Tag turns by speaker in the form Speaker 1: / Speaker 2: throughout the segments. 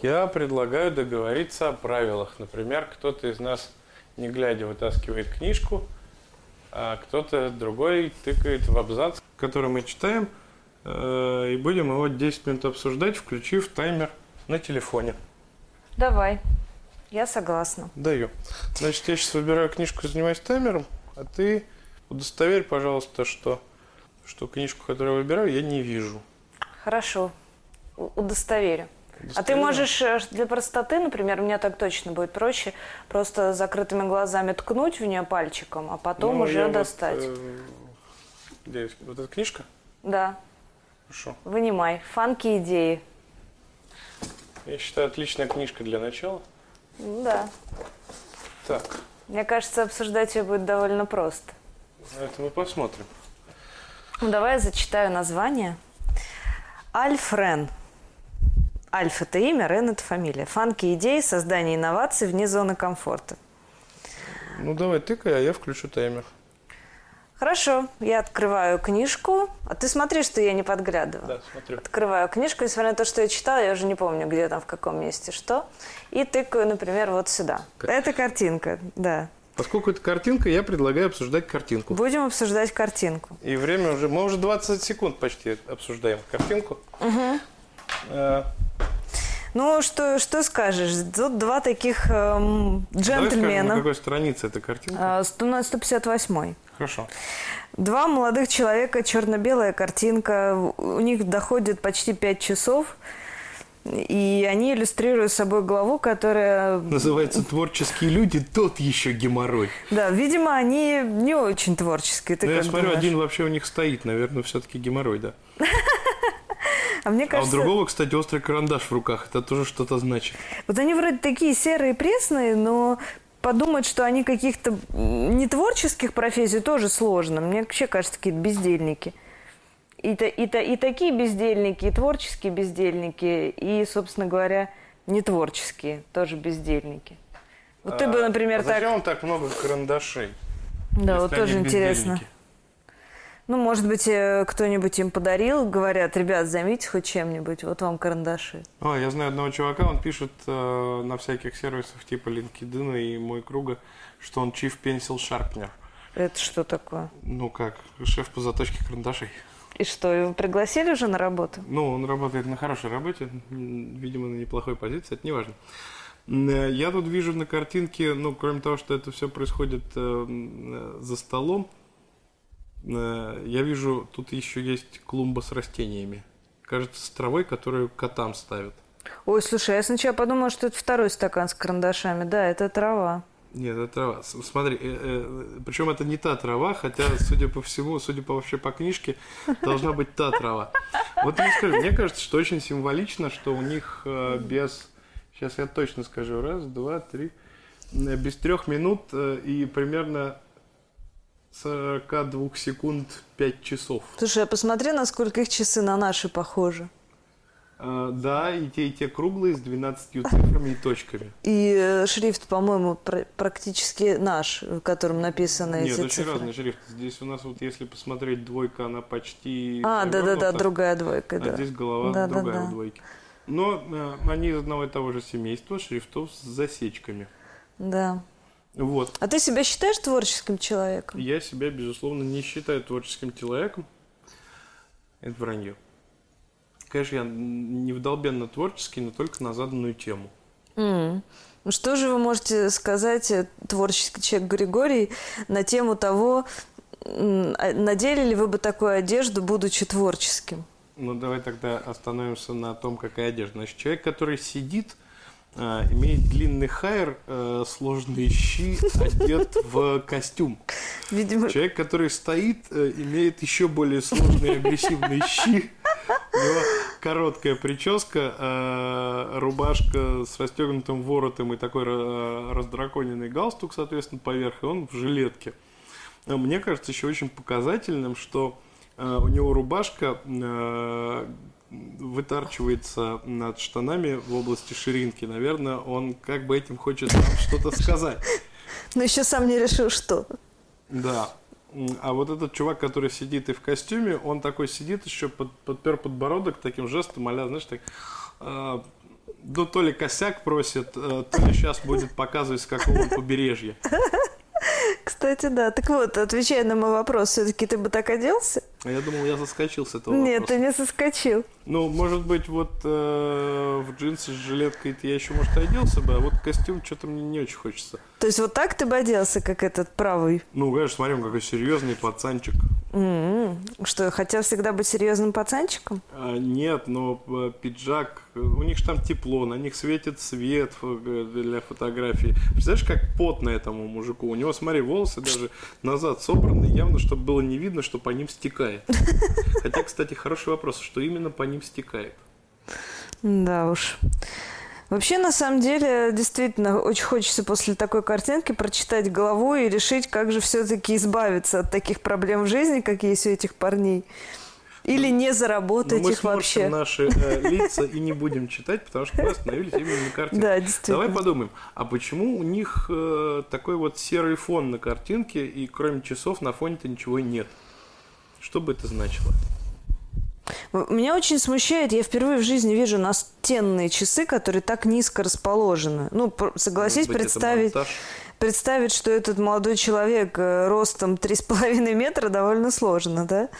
Speaker 1: Я предлагаю договориться о правилах. Например, кто-то из нас, не глядя, вытаскивает книжку, а кто-то другой тыкает в абзац, который мы читаем, э, и будем его 10 минут обсуждать, включив таймер на телефоне.
Speaker 2: Давай. Я согласна.
Speaker 1: Даю. Значит, я сейчас выбираю книжку, занимаюсь таймером, а ты удостоверь, пожалуйста, что, что книжку, которую я выбираю, я не вижу.
Speaker 2: Хорошо. У- Удостоверю. А ты
Speaker 1: Удостоверила?
Speaker 2: можешь э, для простоты, например, у меня так точно будет проще, просто закрытыми глазами ткнуть в нее пальчиком, а потом
Speaker 1: Ну, я
Speaker 2: уже
Speaker 1: вот,
Speaker 2: достать.
Speaker 1: э, где есть? вот эта книжка?
Speaker 2: Да,
Speaker 1: Хорошо.
Speaker 2: вынимай. Фанки идеи.
Speaker 1: Я считаю, отличная книжка для начала.
Speaker 2: Ну Да.
Speaker 1: Так,
Speaker 2: Мне кажется, обсуждать ее будет довольно просто.
Speaker 1: это мы посмотрим.
Speaker 2: Ну, давай я зачитаю название. Альф Рен. Альф – это имя, Рен – это фамилия. Фанки идеи создания инноваций вне зоны комфорта.
Speaker 1: Ну давай тыкай, а я включу таймер.
Speaker 2: Хорошо, я открываю книжку, а ты смотри, что я не подглядываю.
Speaker 1: Да, смотрю.
Speaker 2: Открываю книжку, несмотря на то, что я читала, я уже не помню, где там, в каком месте, что. И тыкаю, например, вот сюда.
Speaker 1: Как-
Speaker 2: Это картинка, да.
Speaker 1: Поскольку это картинка, я предлагаю обсуждать картинку.
Speaker 2: Будем обсуждать картинку.
Speaker 1: И время уже... Мы уже 20 секунд почти обсуждаем картинку. Э,
Speaker 2: Ну, что, что скажешь? Тут два таких эм,
Speaker 1: давай скажем, на
Speaker 2: джентльмена.
Speaker 1: какой странице эта картинка?
Speaker 2: Э, сто- на 158
Speaker 1: Хорошо.
Speaker 2: Два молодых человека, черно-белая картинка. У них доходит почти пять часов. И они иллюстрируют собой главу, которая
Speaker 1: Называется «Творческие люди. Тот еще геморрой».
Speaker 2: Да, видимо, они не очень творческие. Ты
Speaker 1: Ну, я
Speaker 2: как
Speaker 1: смотрю,
Speaker 2: думаешь?
Speaker 1: один вообще у них стоит. Наверное, все-таки геморрой, да.
Speaker 2: А мне
Speaker 1: А у
Speaker 2: кажется,
Speaker 1: другого, кстати, острый карандаш в руках. Это тоже что-то значит.
Speaker 2: вот они вроде такие серые, пресные, но подумать, что они каких-то м, нетворческих профессий тоже сложно. Мне вообще кажется, какие-то бездельники. И, та- и, та- и такие бездельники, и творческие бездельники, и, собственно говоря, нетворческие тоже бездельники. Вот ты бы,
Speaker 1: А,
Speaker 2: например,
Speaker 1: а
Speaker 2: так...
Speaker 1: Зачем вам так много карандашей?
Speaker 2: Да, вот
Speaker 1: если они
Speaker 2: тоже интересно.
Speaker 1: бездельники?
Speaker 2: Ну, может быть, э, кто-нибудь им подарил, говорят, ребят, займитесь хоть чем-нибудь, вот вам карандаши.
Speaker 1: А, я знаю одного чувака, он пишет э, на всяких сервисах типа LinkedIn и мой круга, что он Chief Pencil Sharpener.
Speaker 2: Это что такое?
Speaker 1: Ну как, шеф по заточке карандашей.
Speaker 2: И что, его пригласили уже на работу?
Speaker 1: Ну, он работает на хорошей работе, м, видимо, на неплохой позиции, это не важно. М, э, Я тут вижу на картинке, ну, кроме того, что это все происходит э, м, э, за столом, э, я вижу, тут еще есть клумба с растениями. Кажется, с травой, которую котам ставят.
Speaker 2: Ой, слушай, я сначала подумала, что это второй стакан с карандашами. Да, это трава.
Speaker 1: Нет, это трава. С- Смотри, причем это не та трава, хотя, судя по всему, судя по вообще по книжке, должна быть та трава. Вот мне скажи, мне кажется, что очень символично, что у них э, без, сейчас я точно скажу, раз, два, три, э, без трех минут э, и примерно 42 секунд 5 часов.
Speaker 2: Слушай, а посмотри, насколько их часы на наши похожи.
Speaker 1: Э, Да, и те, и те круглые с 12 цифрами и точками.
Speaker 2: И э, шрифт, по-моему, пр- практически наш, в котором написаны
Speaker 1: Нет,
Speaker 2: эти
Speaker 1: очень
Speaker 2: цифры.
Speaker 1: разный шрифт. Здесь у нас вот, если посмотреть, двойка, она почти...
Speaker 2: А, да-да-да,
Speaker 1: завернута.
Speaker 2: другая двойка,
Speaker 1: А
Speaker 2: да.
Speaker 1: здесь голова
Speaker 2: Да, да,
Speaker 1: другая
Speaker 2: да.
Speaker 1: у двойки. Но э, они из одного и того же семейства шрифтов с засечками.
Speaker 2: Да.
Speaker 1: Вот.
Speaker 2: А ты себя считаешь творческим человеком?
Speaker 1: Я себя, безусловно, не считаю творческим человеком. Это вранье. Конечно, я невдолбенно творческий, но только на заданную тему.
Speaker 2: М. Ну, Что же вы можете сказать, э, творческий человек Григорий, на тему того, м, а надели ли вы бы такую одежду, будучи творческим?
Speaker 1: Ну, давай тогда остановимся на том, какая одежда. Значит, человек, который сидит, э, имеет длинный хайр, э, сложные щи, одет в костюм.
Speaker 2: Видимо,
Speaker 1: Человек, который стоит, э, имеет еще более сложные агрессивные щи. У него короткая прическа, э, рубашка с расстегнутым воротом и такой э, раздраконенный галстук, соответственно, поверх, и он в жилетке. Э, Мне кажется еще очень показательным, что э, у него рубашка э, вытарчивается над штанами в области ширинки. Наверное, он как бы этим хочет нам что-то сказать.
Speaker 2: но еще ну, сам не решил, что.
Speaker 1: Да. М, А вот этот чувак, который сидит и в костюме, он такой сидит еще под, подпер подбородок таким жестом, а знаешь, так... э, Ну, то ли косяк просит, э, то ли сейчас будет показывать, с какого он побережья.
Speaker 2: Кстати, да. Так вот, отвечая на мой вопрос, все-таки ты бы так оделся?
Speaker 1: А я думал, я заскочил с этого
Speaker 2: Нет,
Speaker 1: вопроса.
Speaker 2: ты не соскочил.
Speaker 1: Ну, может быть, вот э, в джинсы с жилеткой я еще, может, и оделся бы, а вот костюм что-то мне не очень хочется.
Speaker 2: То есть вот так ты бы оделся, как этот правый?
Speaker 1: Ну, конечно, смотри, он какой серьезный пацанчик.
Speaker 2: М, Что, хотел всегда быть серьезным пацанчиком?
Speaker 1: А, нет, но э, пиджак, э, у них же там тепло, на них светит свет фо- э, для фотографии. Представляешь, как потно этому мужику. У него, смотри, волосы даже назад собраны, явно, чтобы было не видно, что по ним стекает. Хотя, кстати, хороший вопрос, что именно по ним стекает.
Speaker 2: Да уж. Вообще, на самом деле, действительно, очень хочется после такой картинки прочитать голову и решить, как же все-таки избавиться от таких проблем в жизни, как есть у этих парней. Или не
Speaker 1: Но
Speaker 2: заработать
Speaker 1: Ну, мы
Speaker 2: их
Speaker 1: сморщим
Speaker 2: вообще.
Speaker 1: наши э, лица и не будем читать, потому что мы остановились именно на картинке.
Speaker 2: Да, типа. действительно.
Speaker 1: Давай подумаем, а почему у них э, такой вот серый фон на картинке, и кроме часов на фоне-то ничего и нет? Что бы это значило?
Speaker 2: Меня очень смущает, я впервые в жизни вижу настенные часы, которые так низко расположены. Ну, пр- согласись,
Speaker 1: Может быть, это
Speaker 2: представить,
Speaker 1: монтаж?
Speaker 2: представить, что этот молодой человек э, ростом 3,5 метра довольно сложно, да?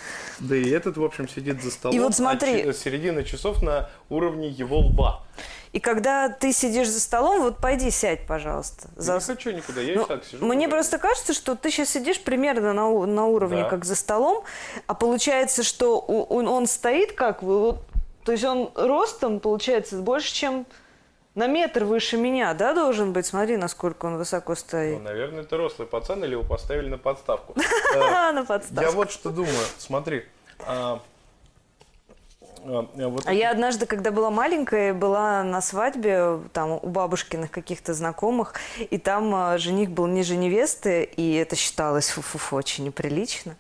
Speaker 1: Да и этот, в общем, сидит за столом.
Speaker 2: И вот смотри.
Speaker 1: а че- середина часов на уровне его лба.
Speaker 2: И когда ты сидишь за столом, вот пойди сядь, пожалуйста. за
Speaker 1: Я Не
Speaker 2: с-
Speaker 1: хочу никуда, я
Speaker 2: Ну,
Speaker 1: и так сижу.
Speaker 2: мне
Speaker 1: уже.
Speaker 2: просто кажется, что ты сейчас сидишь примерно на, у- на уровне,
Speaker 1: Да.
Speaker 2: как за столом, а получается, что у- он, он стоит как вы, вот, то есть он ростом, получается, больше, чем на метр выше меня, да, должен быть? Смотри, насколько он высоко
Speaker 1: Ну,
Speaker 2: стоит.
Speaker 1: наверное, это рослый пацан, или его поставили на подставку. Э,
Speaker 2: Ха, на
Speaker 1: Я
Speaker 2: подставку.
Speaker 1: вот что думаю, смотри. а, а, э, вот
Speaker 2: А я однажды, когда была маленькая, была на свадьбе там у бабушкиных каких-то знакомых, и там а, жених был ниже невесты, и это считалось фу-фу-фу очень неприлично.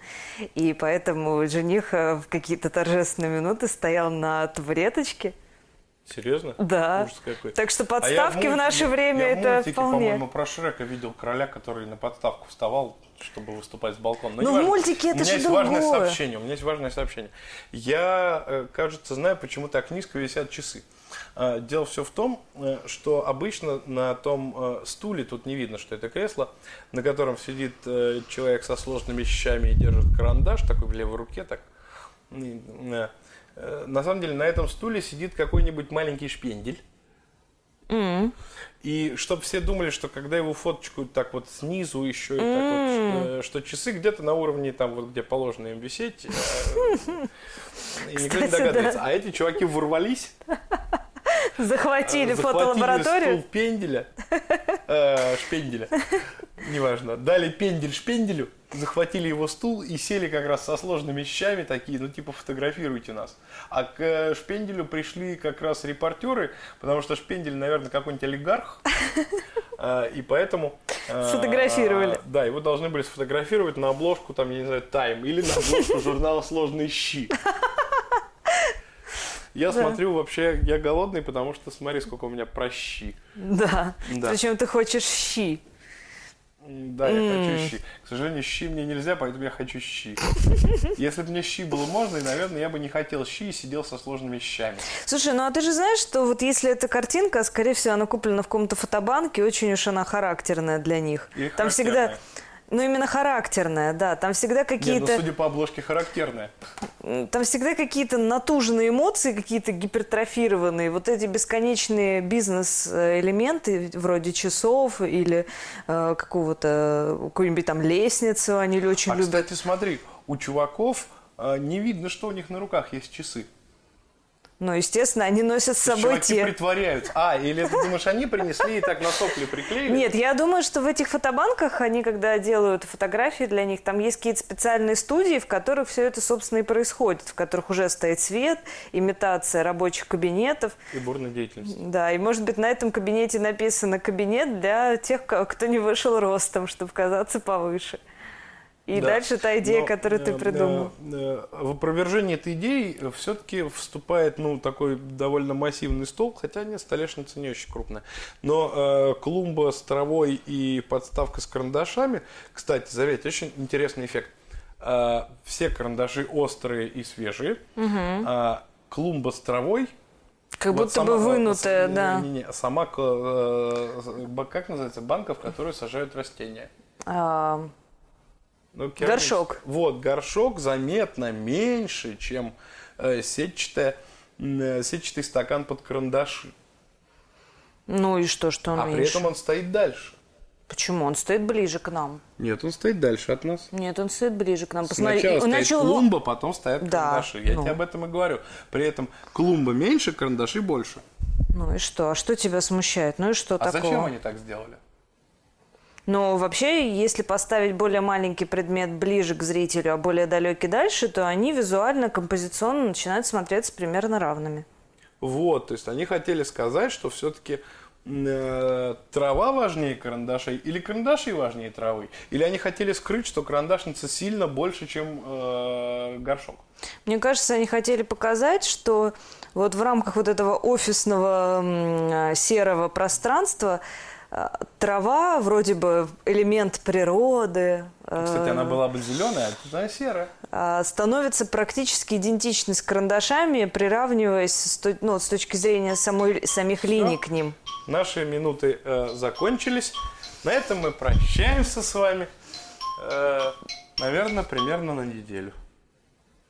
Speaker 2: И поэтому жених а, в какие-то торжественные минуты стоял на табуреточке.
Speaker 1: Серьезно?
Speaker 2: Да.
Speaker 1: Ужас какой.
Speaker 2: Так что
Speaker 1: А я в
Speaker 2: подставки в,
Speaker 1: мульти-
Speaker 2: наше время
Speaker 1: я в
Speaker 2: это
Speaker 1: мультике,
Speaker 2: вполне.
Speaker 1: по-моему, про Шрека видел короля, который на подставку вставал, чтобы выступать с балкона.
Speaker 2: Но в
Speaker 1: неважно.
Speaker 2: мультике Ну, это
Speaker 1: У меня
Speaker 2: же
Speaker 1: есть важное
Speaker 2: другое.
Speaker 1: сообщение. У меня есть важное сообщение. Я, э, кажется, знаю, почему так низко висят часы. Э, Дело все в том, э, что обычно на том э, стуле, тут не видно, что это кресло, на котором сидит э, человек со сложными щами и держит карандаш, такой в левой руке, так. И, э, э, На самом деле на этом стуле сидит какой-нибудь маленький шпендель. И чтобы все думали, что когда его фоточку так вот снизу еще и так вот, э, что часы где-то на уровне там вот где положено им висеть, э, и никто не
Speaker 2: Кстати, да.
Speaker 1: догадывается. А эти чуваки ворвались, э, захватили
Speaker 2: Захватили
Speaker 1: стул
Speaker 2: фотолабораторию.
Speaker 1: пенделя, э, шпенделя, неважно, дали пендель шпенделю, захватили его стул и сели как раз со сложными щами такие, ну типа фотографируйте нас. А к э, шпенделю пришли как раз репортеры, потому что шпендель, наверное, какой-нибудь олигарх, а, И поэтому... э,
Speaker 2: Сфотографировали.
Speaker 1: Да, его должны были сфотографировать на обложку, там, я не знаю, Time или на обложку журнала «Сложные щи». Я смотрю, вообще, я голодный, потому что смотри, сколько у меня прощи.
Speaker 2: Да.
Speaker 1: Да.
Speaker 2: Причем ты хочешь щи.
Speaker 1: Да, я хочу щи. К сожалению, щи мне нельзя, поэтому я хочу щи. Если бы мне щи было можно, и, наверное, я бы не хотел щи и сидел со сложными щами.
Speaker 2: Слушай, ну а ты же знаешь, что вот если эта картинка, скорее всего, она куплена в каком-то фотобанке, очень уж она характерная для них.
Speaker 1: Или
Speaker 2: Там всегда...
Speaker 1: характерная.
Speaker 2: Ну, именно характерная, да. Там
Speaker 1: Не,
Speaker 2: всегда
Speaker 1: ну,
Speaker 2: какие-то,
Speaker 1: судя по обложке, характерное.
Speaker 2: м, там всегда какие-то натуженные эмоции, какие-то гипертрофированные. Вот эти бесконечные бизнес-элементы вроде часов или э, какого-то э, какую-нибудь там лестницу они ли очень
Speaker 1: а,
Speaker 2: любят.
Speaker 1: кстати, смотри, у чуваков э, не видно, что у них на руках есть часы.
Speaker 2: Но, естественно, они носят с собой
Speaker 1: Чуваки
Speaker 2: те.
Speaker 1: притворяются. А, или ты думаешь, они принесли и так на сопли приклеили?
Speaker 2: Нет, я думаю, что в этих фотобанках они, когда делают фотографии для них, там есть какие-то специальные студии, в которых все это, собственно, и происходит, в которых уже стоит свет, имитация рабочих кабинетов.
Speaker 1: И бурная деятельность.
Speaker 2: Да, и, может быть, на этом кабинете написано «кабинет для тех, ко- кто не вышел ростом, чтобы казаться повыше». И
Speaker 1: Да.
Speaker 2: дальше та идея,
Speaker 1: Но,
Speaker 2: которую ты
Speaker 1: э,
Speaker 2: придумал.
Speaker 1: э, э, В опровержение этой идеи все-таки вступает, ну, такой довольно массивный стол, хотя нет, столешница не очень крупная. Но э, клумба с травой и подставка с карандашами, кстати, заметь, очень интересный эффект. Э, все карандаши острые и свежие, а клумба с травой
Speaker 2: Как
Speaker 1: Вот
Speaker 2: будто
Speaker 1: сама-
Speaker 2: бы вынутая,
Speaker 1: не-
Speaker 2: да.
Speaker 1: не- не- не, сама, э, ба- как называется, банка, в которую сажают растения.
Speaker 2: А,
Speaker 1: Ну, керамический.
Speaker 2: Горшок.
Speaker 1: Вот, горшок заметно меньше, чем э, сетчатая, м, э, сетчатый стакан под карандаши.
Speaker 2: ну и что, что он
Speaker 1: а при
Speaker 2: меньше?
Speaker 1: этом он стоит дальше.
Speaker 2: Почему? Он стоит ближе к нам.
Speaker 1: Нет, он стоит дальше от нас.
Speaker 2: Нет, он стоит ближе к нам. Посмотри,
Speaker 1: Сначала
Speaker 2: и-
Speaker 1: стоит
Speaker 2: начал-
Speaker 1: клумба, потом стоят
Speaker 2: Да,
Speaker 1: карандаши. Я
Speaker 2: ну.
Speaker 1: тебе об этом и говорю. При этом клумба меньше, карандаши больше.
Speaker 2: Ну и что? А что тебя смущает? Ну и что
Speaker 1: А
Speaker 2: такого?
Speaker 1: зачем они так сделали?
Speaker 2: Ну, вообще, если поставить более маленький предмет ближе к зрителю, а более далекий дальше, то они визуально, композиционно начинают смотреться примерно равными.
Speaker 1: Вот, то есть они хотели сказать, что все-таки трава важнее карандашей или карандаши важнее травы? Или они хотели скрыть, что карандашница сильно больше, чем э, горшок?
Speaker 2: Мне кажется, они хотели показать, что вот в рамках вот этого офисного м, э, серого пространства э, трава вроде бы элемент природы. э,
Speaker 1: Ну, Кстати, она была бы зеленая, а тут она серая.
Speaker 2: а, становится практически идентичны с карандашами, приравниваясь с, то- ну, с точки зрения самой, самих линий к ним.
Speaker 1: Наши минуты э, закончились. На этом мы прощаемся с вами. наверное, э, примерно на неделю.